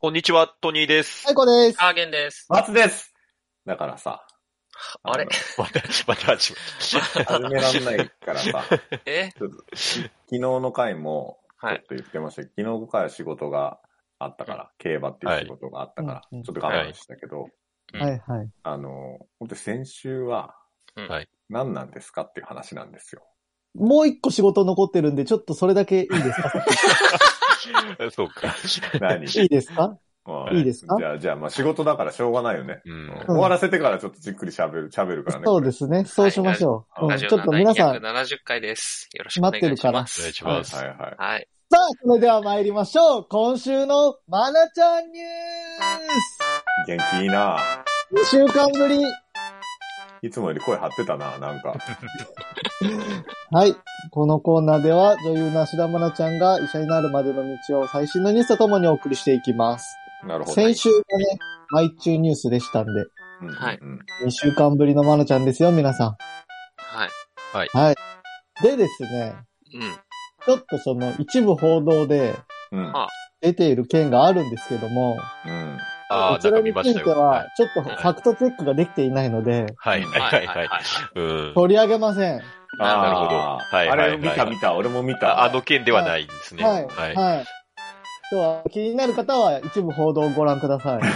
こんにちは、トニーです。最高です。あーゲンです。松ですだからさ。あれ また、また始まあの始めらんないから さ。昨え日の回も、ちょはっいと言ってましたけど、昨日の回は仕事があったから、競馬っていう仕事があったから、はいうんちょっと我慢したけど、うんはいはい。あの、本当に先週はうんはい何なんですかっていう話なんで すよ。もう一個仕事残ってるんで、ちょっとそれだけいいです かる。そうか。何いいですかまいいですかじゃあ、じゃあ、まあ仕事だからしょうがないよね。ううんん。終わらせてからちょっとじっくり喋る、喋るからね。そうですね。そうしましょう。うはいん、ラちジょオっと皆さん、さ770回です。よろしくお願いします。待ってるはいからはいはい。はい。あ、それでは参りましょう。今週のまなちゃんニュ元気いいなース !2 週間ぶり。いつもより声張ってたな、なん か。はい。このコーナーでは女優の芦田愛菜ちゃんが医者になるまでの道を最新のニュースとともにお送りしていきます。なるほど。先週がね、毎中ニュースでしたんで、うんうんうんはい2週間ぶりの愛菜ちゃんですよ、皆さはい。ん。でですね、うん。ちょっとその一部報道でうんあ出ている件があるんですけども、うん。あこあ、ちなんらかに見ましついたてよ。はは、ちょっとファクトチェックができていないので、い、はい、はい、はい。うん。取り上げません。なるほどあーはいはいはいあれ見た見た、俺も見た。ああの件ではないんですね。はい。ははい。 い。今日は気になる方は一部報道をご覧ください。ま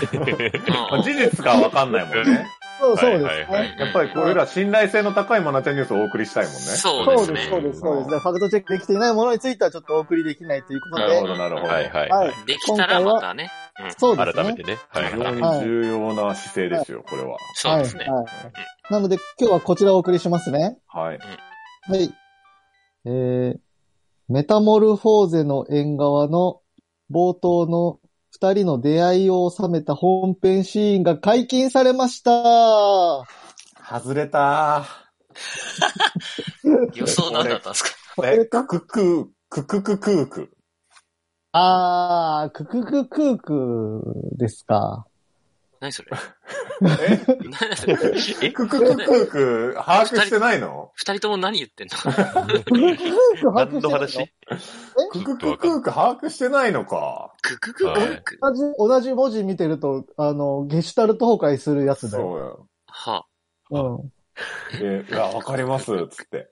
あ事実かわかんないもんね。そうそうですね。はいはいはいやっぱりこれら信頼性の高いマナちゃんニュースをお送りしたいもんね。そうそでうすでねす、。そうです、そうです。だからファクトチェックできていないものについてはちょっとお送りできないということなるでほ、ど、なるほど。はい、はい。ははいいできたらまたね。うんそうですね。改めてね。はい、非は常い。に重要な姿勢ですよ、これは。そうですね。はいはいなので今日はこちらをお送りしますね。ははい。い。えー、メタモルフォーゼの縁側の冒頭の二人の出会いを収めた本編シーンが解禁されました。外れた予想なんだったんですかー。え、クククククククク。あー、ククククークーですか。何それえ何それククククク、把握してないの二人とも何言ってんのククククーク把握何してのるの話ククククク把握してないのか。ククククク。同じ、同じ文字見てると、あの、ゲシュタルト崩壊するやつだよ。そうよ。はうん。え、いや、わかります、つって。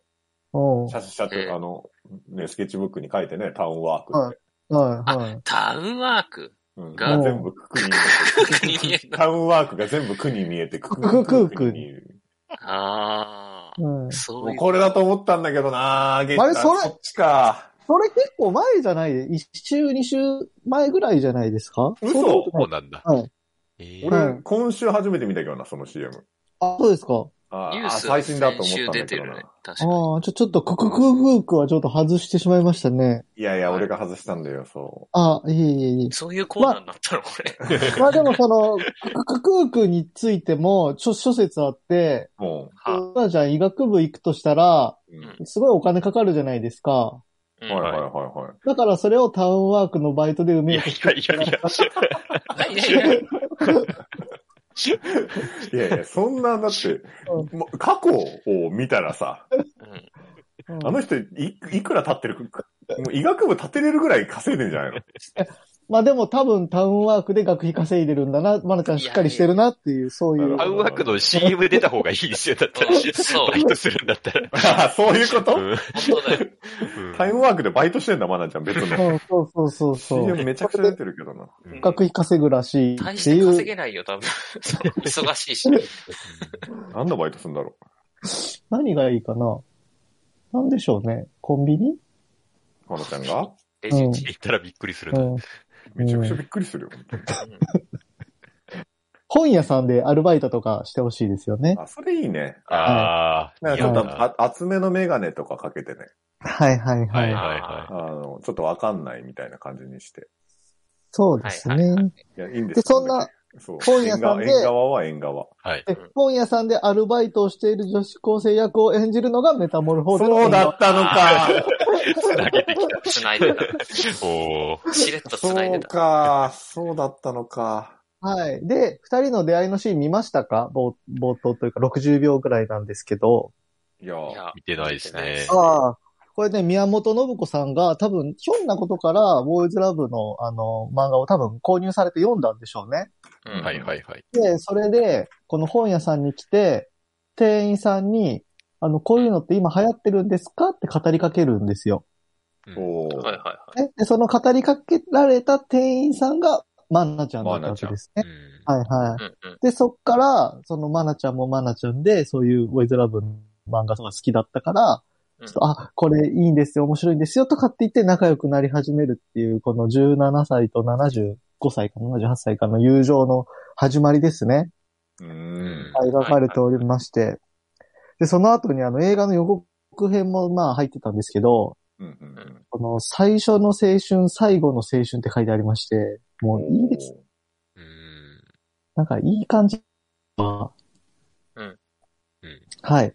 うん。シャシャシャって、あの、ね、スケッチブックに書いてね、タウンワークって。はい、はい。タウンワーク。うん、が全部ククに国にタウンワークが全部区に見えて、区区区区に見えるあうんあ。、そもうういう。これだと思ったんだけどなぁ、ゲッあれそれっちか。それ結構前じゃない一週、二週前ぐらいじゃないですか嘘そんなこそとないうなんだはい。えー俺、今週初めて見たけどな、その CM。あ、そうですか。あニューーあ、ス最新だと思っ先週たん出だてけどるねな。。確かに。ああ、ちょ、ちょっと、ククククークはちょっと外してしまいましたね。いやいや、はい俺が外したんだよ、そああ、いえいえいそういうコーナーになったのこれ。え。まあでもその、ククククークについても、ちょ、諸説あって、う。もはまあじゃあ医学部行くとしたら、う。うんすごいお金かかるじゃないですか。うんはいはいはいはい。だからそれをタウンワークのバイトで埋いめよやういとやいやいや。いやいやいやいやいや、そんな、だって、もう過去を見たらさ、うんうんあの人い、いくら立ってるか、もう医学部立てれるぐらい稼いでんじゃないのまあでも多分タウンワークで学費稼いでるんだな、まなちゃんしっかりしてるなっていう、そういう。ハウワークの CM 出た方がいいですよ、だったらうん。そうバイトするんだったら。あそういうこと、うん本当だよ。うんタイムワークでバイトしてんだ、まなちゃん、別の。うんそうそうそうそう。 CM めちゃくちゃ出てるけどな。うん学費稼ぐらしい大っしててい稼う。げないよ、多分。そう忙しいし。何のバイトするんだろ何がいいかななんでしょうね。コンビニう、まなちゃんが。レジ打うんち。行ったらびっくりするうな。ん。めちゃくちゃびっくりするよ。うん本屋さんでアルバイトとかしてほしいですよね。あ、それいいね。ああ。なんかいちょっいとなあ厚めのメガネとかかけてね、はいははいはいい。はいはあの、ちょっとわかんないみたいな感じにして。そうですはいはいはね。いや、いいんですで、そんな、、そう。本屋さんで縁側縁側は縁側。い。はい。え本屋さんでアルバイトをしている女子高生役を演じるのがメタモルフォーゼのそうだったのか。つなげてき繋いでた。た。おー。しれっと繋いそでうた。か。そうだったのか。はい。で、二人の出会いのシーン見ましたか冒冒頭というか60秒くらいなんですけど。いや、いや見てないですね。ああ。これね、宮本信子さんが多分、ひょんなことから、ボーイズラブのあの、漫画を多分購入されて読んだんでしょうね。うんはいはいはい。で、それで、この本屋さんに来て、店員さんに、あの、こういうのって今流行ってるんですかって語りかけるんですよ。おーはいはいはい。ね、で、その語りかけられた店員さんが、マナちゃんだったわけですね。うんはいはうんうん。い。で、そっから、そのマナちゃんもマナちゃんで、そういうボーイズラブの漫画とか好きだったから、うん。ちょっと、あ、これいいんですよ、面白いんですよ、とかって言って仲良くなり始めるっていう、この17歳と75歳か78歳かの友情の始まりですね。うーうんん。描かれておりまして、で、その後にあの映画の予告編もまあ入ってたんですけど、うんうんこの最初の青春、最後の青春って書いてありまして、もうんういいです。うんなんかいい感じ。うんうんはい。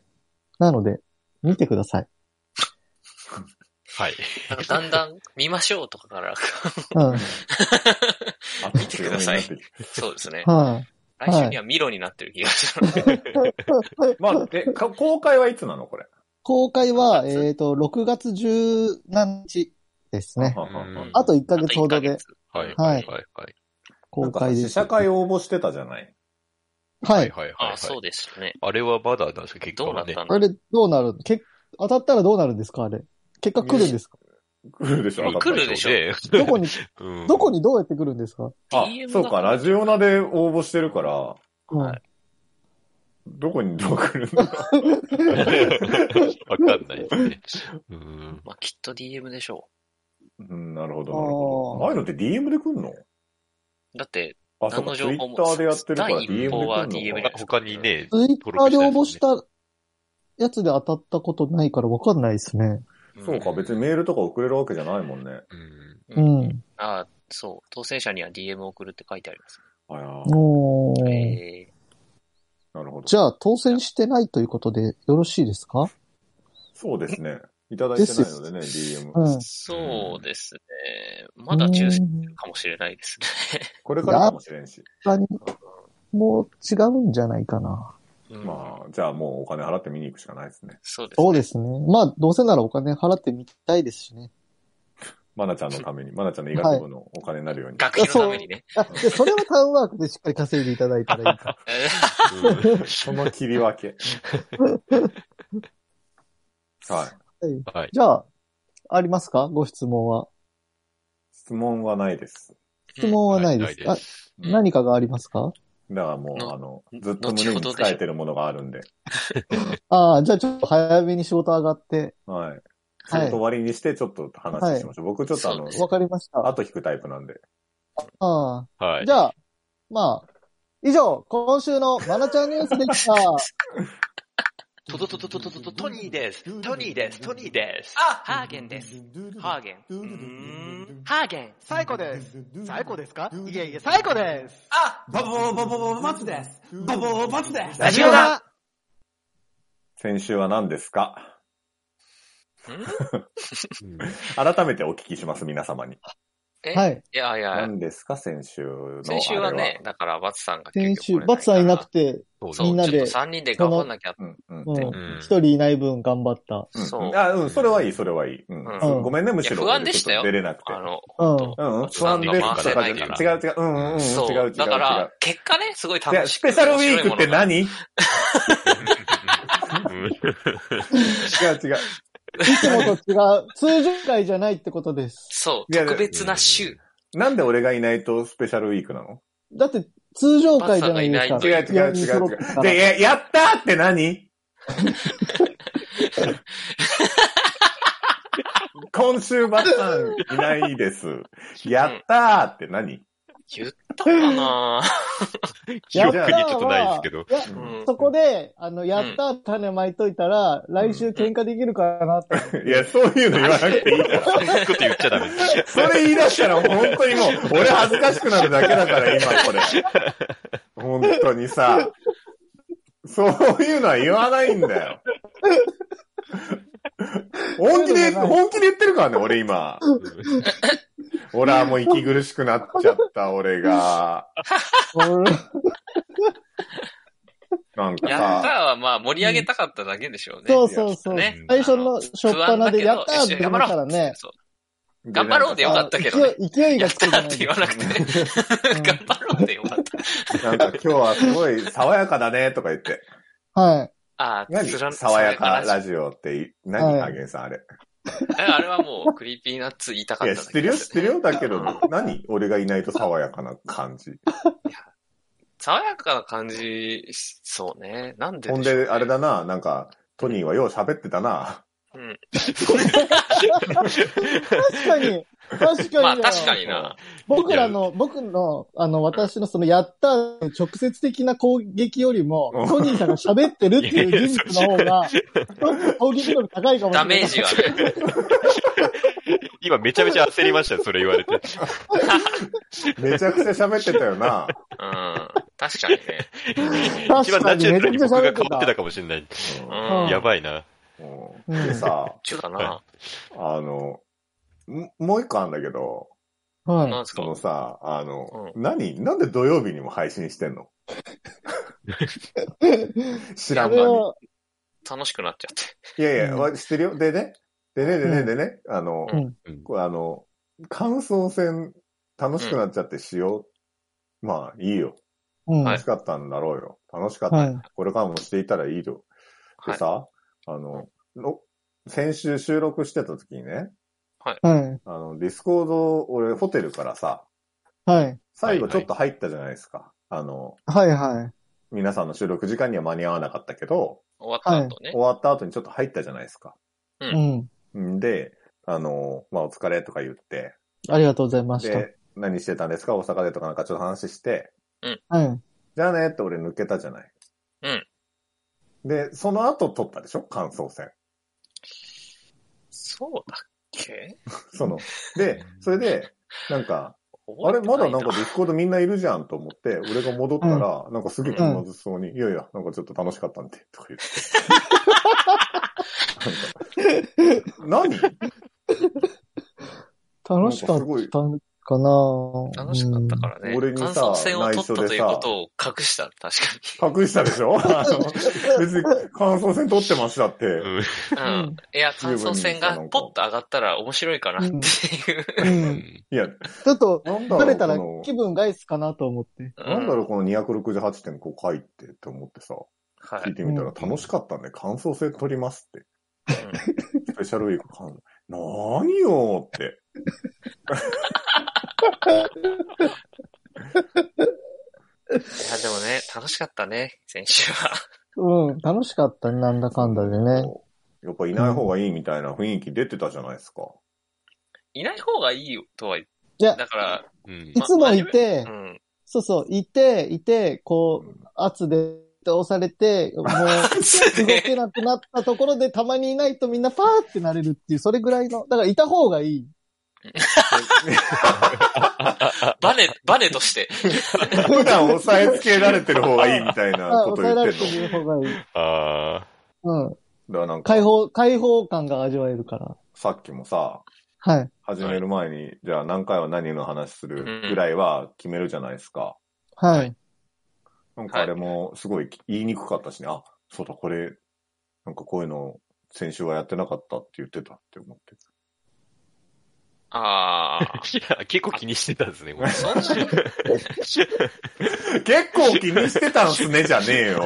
なので、見てください。はい。なんかだんだん見ましょうとかから、 うん。はい。あ見てください強になってきそうですね。はい来週にはミロになってる気がする。たまあ、え、か公開はいつなのこれ。公開は、六月えっ、と、6月17日ですね。はははあと1ヶあと月1ほヶどで月。はいはいはいはい。な公んかさ開で試す。写会応募してたじゃない。ははいい。はいはいあはあ、そうい。ですね。あれはまだなんですか、結果どうなはっね。たんあだれ、どうなるけ当たったらどうなるんですかあれ。結果来るんですか来るでしょ、来るでしょどこ に、うんどこにどうやって来るんですかあ DM、そうか、ラジオナで応募してるから、うんはいどこにどう来るんだろわかんないですね。うん。まあ、きっと DM でしょ う。うん、なるほど、なるほど。あー前のって DM で来んのう。だって、あ、そう何のか、ツ情イ報ッもターでやってるから第 DM で一報は来 DM んでのか。他にね、ツイッターで応募し登たやつで当たったことないからわかんないですね。そうか、別にメールとか送れるわけじゃないもんね。うん。う。ん。ああ、そう。当選者には DM を送るって書いてあります。あやおーえなるほど。じゃあ、当選してないということでよろしいですかそうですね。いただいてないのでね、DM。うんー。そうですね。まだ抽選うんかもしれないですこれからかもしれんし。他にもう違うんじゃないかな。ね。あ。まあ、じゃあもうお金払って見に行くしかないですね。そうですね。そうですね。まあ、どうせならお金払ってみたいですしね。まなちゃんのために、まなちゃんの医学部のお金になるように。学費のためにね。あ、で、それはタウンワークでしっかり稼いでいただいたらいい か。その切り分け。はい。はい。じゃあ、ありますかご質問は。質問はないです。質問はないです。はいないであ何かがありますかだからもう、のあの、ずっと胸後にほどでしょ伝えてるものがあるんで。ああ、じゃあちょっと早めに仕事上がって。はい。ちょはっとい終。わりにして、ちょっと話しましょう。僕ちょっとあの、そうわかりました。あ後引くタイプなんで。あはい。じゃあ、まあ、以上、今週のまなちゃんニュースでした。トトトトトトトトトニーです。トニーです。トニーです。あ、ハーゲンです。。ハーゲン。うーんハーゲン。 最高です。最高ですかいえいえ、最高です。あ、バボーバボーバツです。バボーバツです。ラジオだ先週は何ですかうんうん改めてお聞きします、皆様に。えはいい。やいや、何ですか、先週の。先週はね、、だから、バツさんが先結週、局来れバツさんいなくて、そうそそううみんなでちょっと3人で頑張んなきゃ。うん、うん。うんうん一人いない分頑張った。うんそうあ、うん、それはいい、それはいい。うん。うんそうごめんね、むしろ。いや不安でしたよちょっと出れなくて。あの、うん本当うん、不不安安でですとかじゃ回違せなう違う。うん、うん、うん、違そうう違う違う。だから、結果ね、すごいいや、楽しスくペシャルウィークって何違う違う。いつもと違う。通常回じゃないってことです。そう、いや特別な週。なんで俺がいないとスペシャルウィークなのだって、通常回じゃないですバか。ツ違うさんがいな違う違四人う違揃うってた。らで、や、やったーって何今週バッタンいないです。やったーって何言ったかな記憶にちょっとないですけど。いやうんそこで、あの、やったー種まいといたら、来週喧嘩できるかなって。いや、そういうの言わなくていいから。そう いうこと言っちゃダメです。 それ言い出したら本当にもう、俺恥ずかしくなるだけだから、今これ。本当にさ。そういうのは言わないんだよ。本気で、本気で言ってるからね、俺今。俺はもう息苦しくなっちゃった、俺が。俺なんやかったーさ、はまあ盛り上げたかっただけでしょうね。そうそうそう。ね最初の初っ端で、やったーって言頑っ張たろからうね。そう頑張ろうでよかったけどあねの勢い勢いがやっ来てたるじゃーなっいてで言すわかなくて、頑張ろうでよかった。なんか今日はすごい爽やかだねとか言って。はい。ああ、何つら爽やか爽ラやジオってい、何ハーゲンさんあれ。かなえあれはもう、クリーピーナッツ言いたかいったや、だ知けってるでよ、す知ってるよ。だけど、何俺がいないと爽やかな感じ。爽やかな感じ、そうね。なんでほんしょうねで、あれ。だな、なんか、トニーはよう喋ってたな。 うん。確かに。確かに。まあ確かにな。僕らの、僕の、あの、私のその、やったーの直接的な攻撃よりもうん、トニーさんが喋ってるっていう人物の方が、攻撃力高いかもしれダなメーい。ジがね。今めちゃめちゃ焦りましたよ、それ言われて。めちゃくちゃ喋ってたよな。うん。確かにね。一番ナチュラルに僕が変わってたかもしれない。うん。んやばいな。うんうんでさ、ちょっとな。あの、んもう一個あんだけど、はなんですそかのさ、あの、何なんで土曜日にも配信して んの知い。らんそれ間に。を、楽しくなっちゃって。いやいや、うんわ知ってるよ。でね、でね、でね、でね、あのうん、これあの、感想戦楽しくなっちゃってしよう。まあ、いいよ。うん。ははいい楽しかったんだろうよ。楽しかった。はい。これからもしていたらいいよ。はでい。さ、あの、の先週収録してた時にね、はい。あの、ディスコード、俺、ホテルからさ、はい。最後ちょっと入ったじゃないですか。あの、はい。はい。皆さんの収録時間には間に合わなかったけど、終わった後ね。終わった後にちょっと入ったじゃないですか。うん。んで、あの、まあ、お疲れとか言って、ありがとうございました。で、何してたんですか大阪でとかなんかちょっと話して、はい。じゃあねって俺抜けたじゃない。うん。で、その後撮ったでしょ感想戦。そうだっけその、で、それで、なんか、あ覚れ、えてまいだなんかディスコードみんないるじゃんと 思って、俺が戻ったら、なんかすげえ気まずそうに、いやいや、なんかちょっと楽しかったんで、とか 言って。なんか何楽しかったんかな楽しかったからね。俺にさ感想戦を取ったという内緒でこさとを隠した、確隠したで しょあの別に感想戦撮ってましたって。うんかに。うん。いや、感想戦がポッと上がったら面白いかなっていう。ら。うん。いや、ちょっと、なんだバろれう、たらこ気分がいいっすかなと思って。の、なんだろろう、この268.5回ってって思ってさ、は聞いい。てみたら楽しかったんで、感想戦撮りますって。スペシャルウィーク感なによーって。いや、でもね、楽しかったね、先週は。うん、楽しかったね、なんだかんだでね。やっぱいない方がいいみたいな雰囲気出てたじゃないですか。いない方がいいよとは言っいやだから、うんいつもいてう、ん。そうそう、いて、いて、こう、圧で押されて、もう、動けなくなったところでたまにいないとみんなパーってなれるっていう、それぐらいの、だからいた方がいい。バネ、バネとして。普段抑えつけられてる方がいいみたいなこと抑え言 っらてれんの。てる方がいい。ああ。うん。だからなんか、解放、解放感が味わえるから。さっきもさ、はい。始める前に、じゃあ何回は何の話するぐらいは決めるじゃないですか。はい。なんかあれもすごい言いにくかったしね、あ、そうだ、これ、なんかこういうの先週はやってなかったって言ってたって思って。 ああ。いや、結構気にしてたんですね、こ れそんなに、結構気にしてたんすね、じゃねえよ。うん。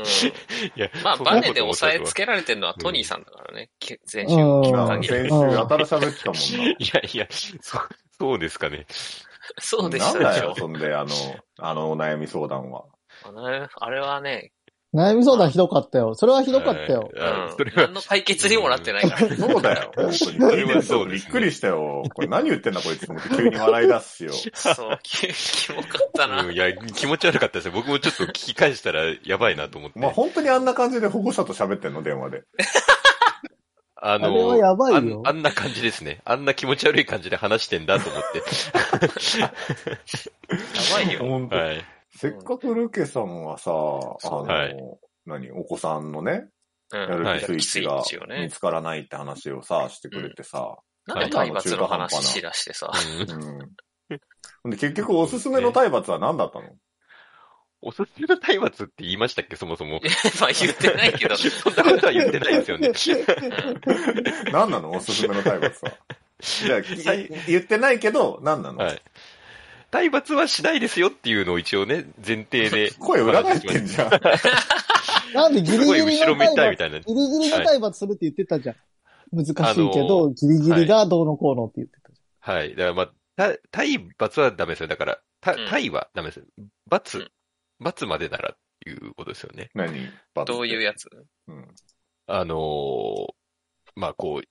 いやまあ、そんなバことネで思押ったさとえつけられてるのはトニーさんだからね。き前週うん聞くな限り。先週やたら喋ってたもんな。いやいや、そ、そうですかね。そうでしなたんでだしょよ、。そんで、あの、あのお悩み相談は。あのあれはね、悩み相談ひどかったよ。それはひどかったよ。うあんそれ。は何、の解決にもなってないから。そうだよ。 本当に。そうびっくりしたよ。これ何言ってんだこいつと思って急に笑い出すしよ。そう、 キモかったな。うんいや、気持ち悪かったですよ。僕もちょっと聞き返したらやばいなと思って。まあ、本当にあんな感じで保護者と喋ってんの電話で。あのあれはやばいよあん、あんな感じですね。あんな気持ち悪い感じで話してんだと思って。やばいよ。本当にはい。せっかくルケさんはさ、あの、はい何、お子さんのね、うやるはい気スイッチやる気スイッチをがね見つからないって話をさ、してくれてさ。ん。なんで体罰の話しだしてさ。 うんうん。で、結局おすすめの体罰は何だったのおすすめの松明って言いましたっけ、そもそも。まあ言ってない けど。そんなことは言ってないですよ ね。何なのおすすめの体罰は。じゃあきはい言ってないけど、何なの、はい。体罰はしないですよっていうのを一応ね、前提で。 声裏返ってんじゃん。なんでギリギリすごい後ろのめたいみ体たいな罰、ギリギリの体罰するって言ってたじゃん。難しいけど、あギリギリがどうのこうのって言ってたじはい。だからまあ、た体罰はダメですよ。だから、たうん体はダメですよ。う罰ん、罰までならっていうことですよね。何どういうややつあのーまあこう、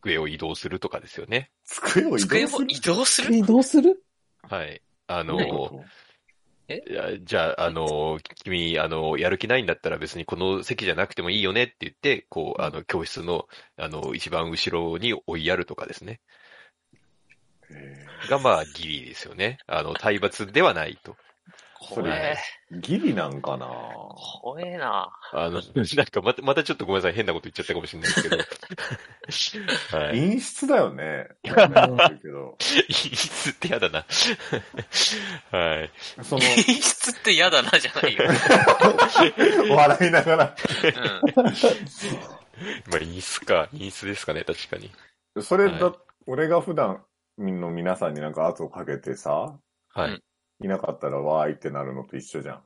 机を移動するとかですよね。机を移机動をする移動すゃん。るえ、どうするはい。あのどういうーこいやじゃあ、あの、君、あの、やる気ないんだったら別にこの席じゃなくてもいいよねって言って、こう、あの、教室の、あの、一番後ろに追いやるとかですね。とが、まあ、ギリですよね。あの、体罰ではないと。そ怖えれ。ギリなんかな怖えな。あの、なんか、また、またちょっとごめんなさい。変なこと言っちゃったかもしれないですけど。はい。陰湿だよね。けどいつってやだな。はい。 その、品質って嫌だなじゃないよ。笑いながら。うまあ、インスか、インスですかね、確かに。それはだ、俺が普段の皆さんになんか圧をかけてさ、はい。うんいなかったらわーいってなるのと一緒じゃん。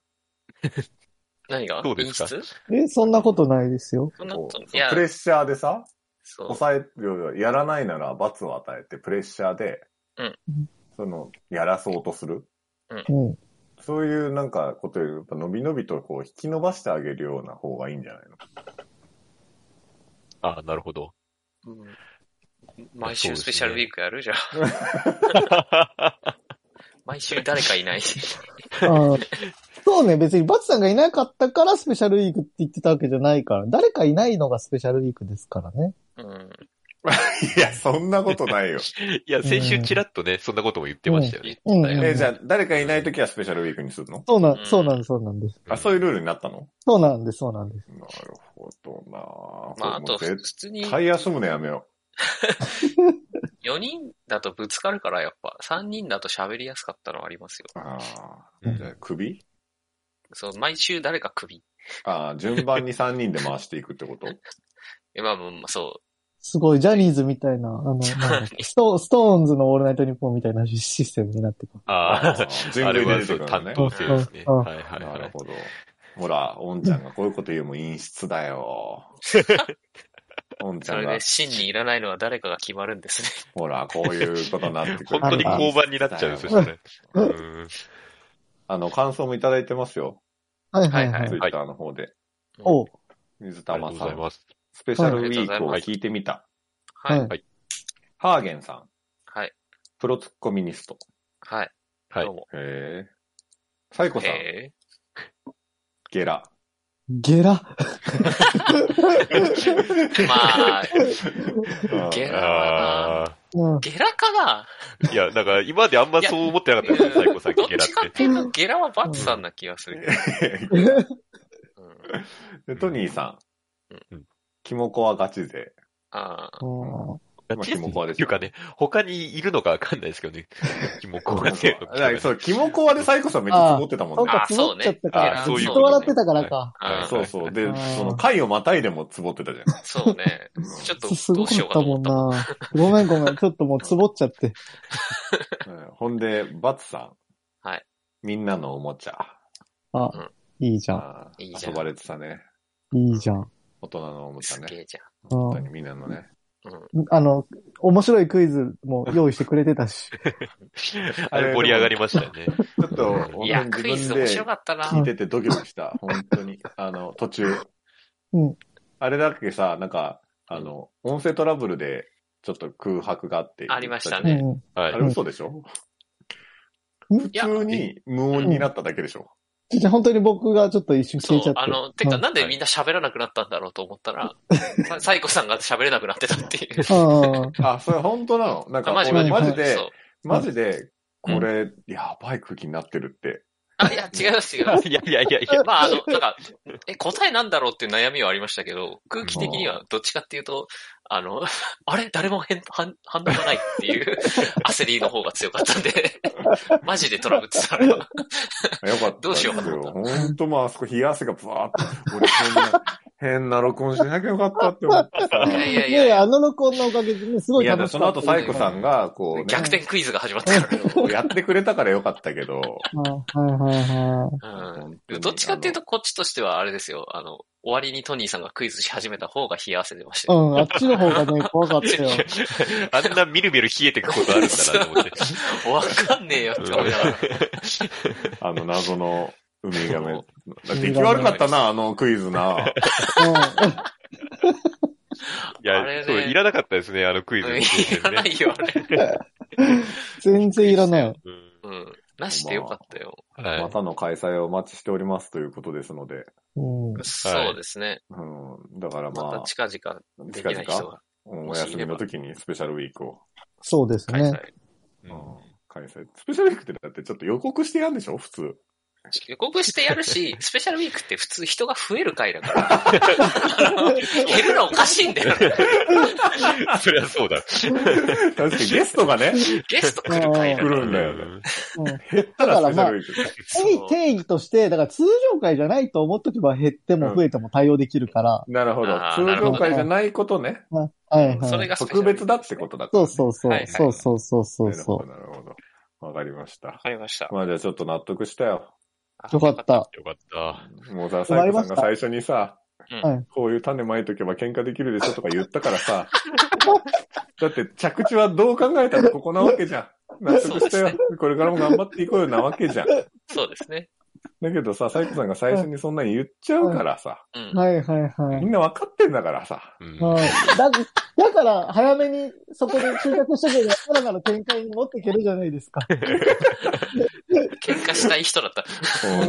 何がどうですか品質え、そんなことないですよ。そんなこことういやプ、レッシャーでさ、そう。抑える、やらないなら罰を与えて、プレッシャーで、うんその、やらそうとする。うん。そういうなんかことより、やっぱ伸び伸びとこう引き伸ばしてあげるような方がいいんじゃないのあなるほど。うん毎週スペシャルウィークやるじゃん。毎週誰かい ない。あーそうね、別にバツさんがいなかったからスペシャルウィークって言ってたわけじゃないから、誰かいないのがスペシャルウィークですからね。うん。 いや、そんなことないよ。 いや、先週ちらっとね、そんなことも言ってましたよね。うん、だよえ、じゃあ、誰かいないときはスペシャルウィークにするのそうなうんん、そうなんです、そうなんです。あ、そういうルールになったのそうなんです、そうなんです。なるほどなぁ。まあ、あ、こと普れもう絶通に対休むのやめよ4人だとぶつかるから、やっぱ、3人だと喋りやすかったのはありますよ。う。ああうー。んじゃあ、首そう、毎週誰か首。ああ、順番に3人で回していくってことえまあ、まあまあそすごい、ジャニーズみたいな、あの、なんだストストーンズのオールナイトニッポンみたいなシステムになってくる。ああ、順あ繰れりでは出そてうくる担のね。当性ですね。うんはいはいなはるい。ほど。ほら、おんちゃんがこういうこと言うも陰湿だよ。おんう。ちそゃんれがで、、真にいらないのは誰かが決まるんですね。ほら、こういうことになってくる。本当に交番になっちゃうんですよね。ううんんあの、感想もいただいてますよ。はいはいは。はいいツはイッターの方で。おう水ありが玉とうさございん。ます。スペシャルウィークを聞いてみた。はい。はいハーゲンさん。はい。プロツッコミニスト。はい。はいどうも。へえ。サイコさん。えゲラ。ゲラ。ー、まあ、うんゲラはあうんな、。ゲラかなあ。いや、なんか今まであんまそう思ってなかったですよ、サイコさんどっゲラちかっっていうと、ゲラはバッツさんな気がするけど。うん。でトニーさうんん。キモコはガチ勢。ああ、うんまあキモコはて。でっしてょいうかね、他にいるのかわかんないですけどね。キモコだがね。からそう、キモコはでサイコさんめっちゃ積もってたもそうんね。か、あつぼっちゃったあかそうね ら。ずっと笑ってたからか。ああそうそう。であ、ーその回をまたいでも積もってたじゃん。そうね。ちょっとすどごうかしよっうかたとも思んった。な。ごめんごめん、ちょっともうつぼっちゃって。うんほんで、バツさん。はい。みんなのおもちゃ。あうん、いいじゃん。あーいいじゃん遊ばれてたね。いいじゃん。大人のおもちゃすげね。えじ本当にみんなのね。あの、面白いクイズも用意してくれてたし。あれ盛り上がりましたよね。ちょっと、ゃん。い本や、当クにイズ自分面で白かったな。聞いててドキドキした。本当に。あの、途中。うんあれだけさ、なんか、あの、音声トラブルで、ちょっと空白があって。ありましたうねんうん。はあいれ。嘘でしょうん普通に無音になっただけでしょじゃあ本当に僕がちょっと一瞬消そえちゃうっ、て。あの、てかうんなんでみんな喋らなくなったんだろうと思っ たら、さサイコさんが喋れなくなってたっていうう。んうんあ、それ本当なのなんか、あマジ俺マジマジでそ、うマジで、これ、やばい空気になってるって、あ、いや、違います、違います。いやいやいやい や。まあ、あの、なんか、え、答えなんだろうっていう悩みはありましたけど、空気的にはどっちかっていうと、あの、 あれ誰も変反反応がないっていう 焦りの方が強かったん で、マジでトラブってたのよ。よかった。どうしようかと思った本当もうあそこ冷や汗がバーッと。俺変な、変な録音しなきゃよかったって思ってさ い。やいやいいやいや、や、あの録音のおかげでね、すごいいや、楽でしそかのっ後、た。サイコさんが、こう、ね、逆転クイズが始まったからやってくれたからよかったけど、あはいはいはい。うん本当にどっちかっていうと、こっちとしてはあれですよ。あの、終わりにトニーさんがクイズし始めた方が冷や汗出ましたうよ。ん、あっちの方がね、怖かったよ。あんなみるみる冷えてくことあるんだなと思 って。わかんねえよって思いながら。あの謎のウミ ガメ。だそって出来悪かったな、あのクイズな。いあれや、ねそう、いらなかったですね、あのクイズうのん部い分ね。らないよ、あれ。うん全然いらないよ。うんうん。なしでよかったよ。はいまたの開催をお待ちしておりますということですので。うん。そうですね。うん。だからままた近々あ、でき近ない人々、がうんお休みの時にスペシャルウィークを、そうです開催。ね。ううんん開催。スペシャルウィークってだってちょっと予告してやんでしょ普通。予告してや るし、スペシャルウィークって普通人が増える回だから。減るのおかしいん だよね。そりゃそうだ。確かにゲスト がね、ゲスト来る回だ来から。るんだよね。うん減ったらスペシャルウィーク。そう定義として、だから通常回じゃないと思っとけば減っても増えても対応できるから。なるほど。あーな通るほ常ど会じゃないことね。はいはそれい。がスペシャ特ルウィーク別だってことだかそらね、うそうそはいはう。いそうそうそうそうそなるほど、なるほど。わかりましたわ。かりました。まあじゃあちょっと納得したよ。う。よかった。よかった。もうさ、終わサイりコまさしたんが最初にさ、うんはいこういう種まいとけば喧嘩できるでしょとか言ったからさ、 だって着地はどう考えたらここなわけじゃん。納得したよ。これからも頑張っていこうよなわけじゃん。だそうですね。けどさ、サイコさんが最初にそんなに言っちゃうからさ、うん。はいはいはみい。んなわかってんだからさ。うんはい、だだから、早めにそこで集客しとけば、さらなる展開に持っていけるじゃないですか。喧嘩したい人だった。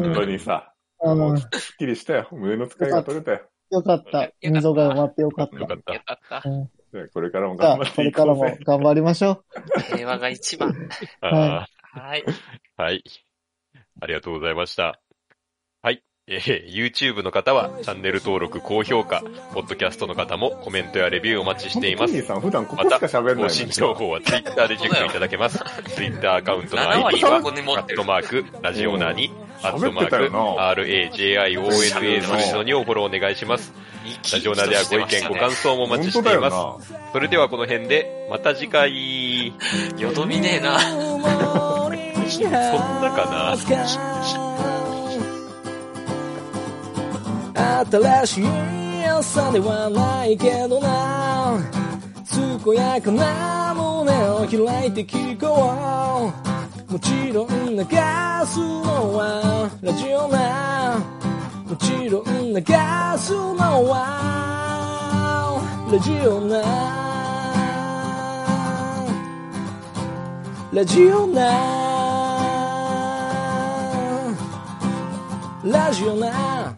本当にさ。あも のう、すっきりしたよ。胸の使いが取れたよ。よかった。溝が埋まってよ かっ よかったよ。かった。じゃあこれからもた。じゃ頑あ、張こってれいかこらうもぜ。頑張りましょ平和が一番。あはい。ーはい。ありがとうございました。はい。えー YouTube の方はチャンネル登録、高評価、ポッドキャストの方もコメントやレビューお待ちし本てい当まにす。さん、普段ここましかた、喋んないの更に新情報は Twitter でチェックいただけます。Twitter アカウントの ID は、ア7割ここに持っッてるトマーク、ラジオナに、アットマ喋ってたよーなク、RAJIONA 数字の2をフォローお願いします。 ラジオナではご意 見、ご感想もお待ちしています。本それではこの辺で、また次回。想。よどみねえな。そんなかな新しい朝ではないけどな健やかな胸を開いて聞こうもちろん流すのはラジオなもちろん流すのはラジオなラジオなラジオな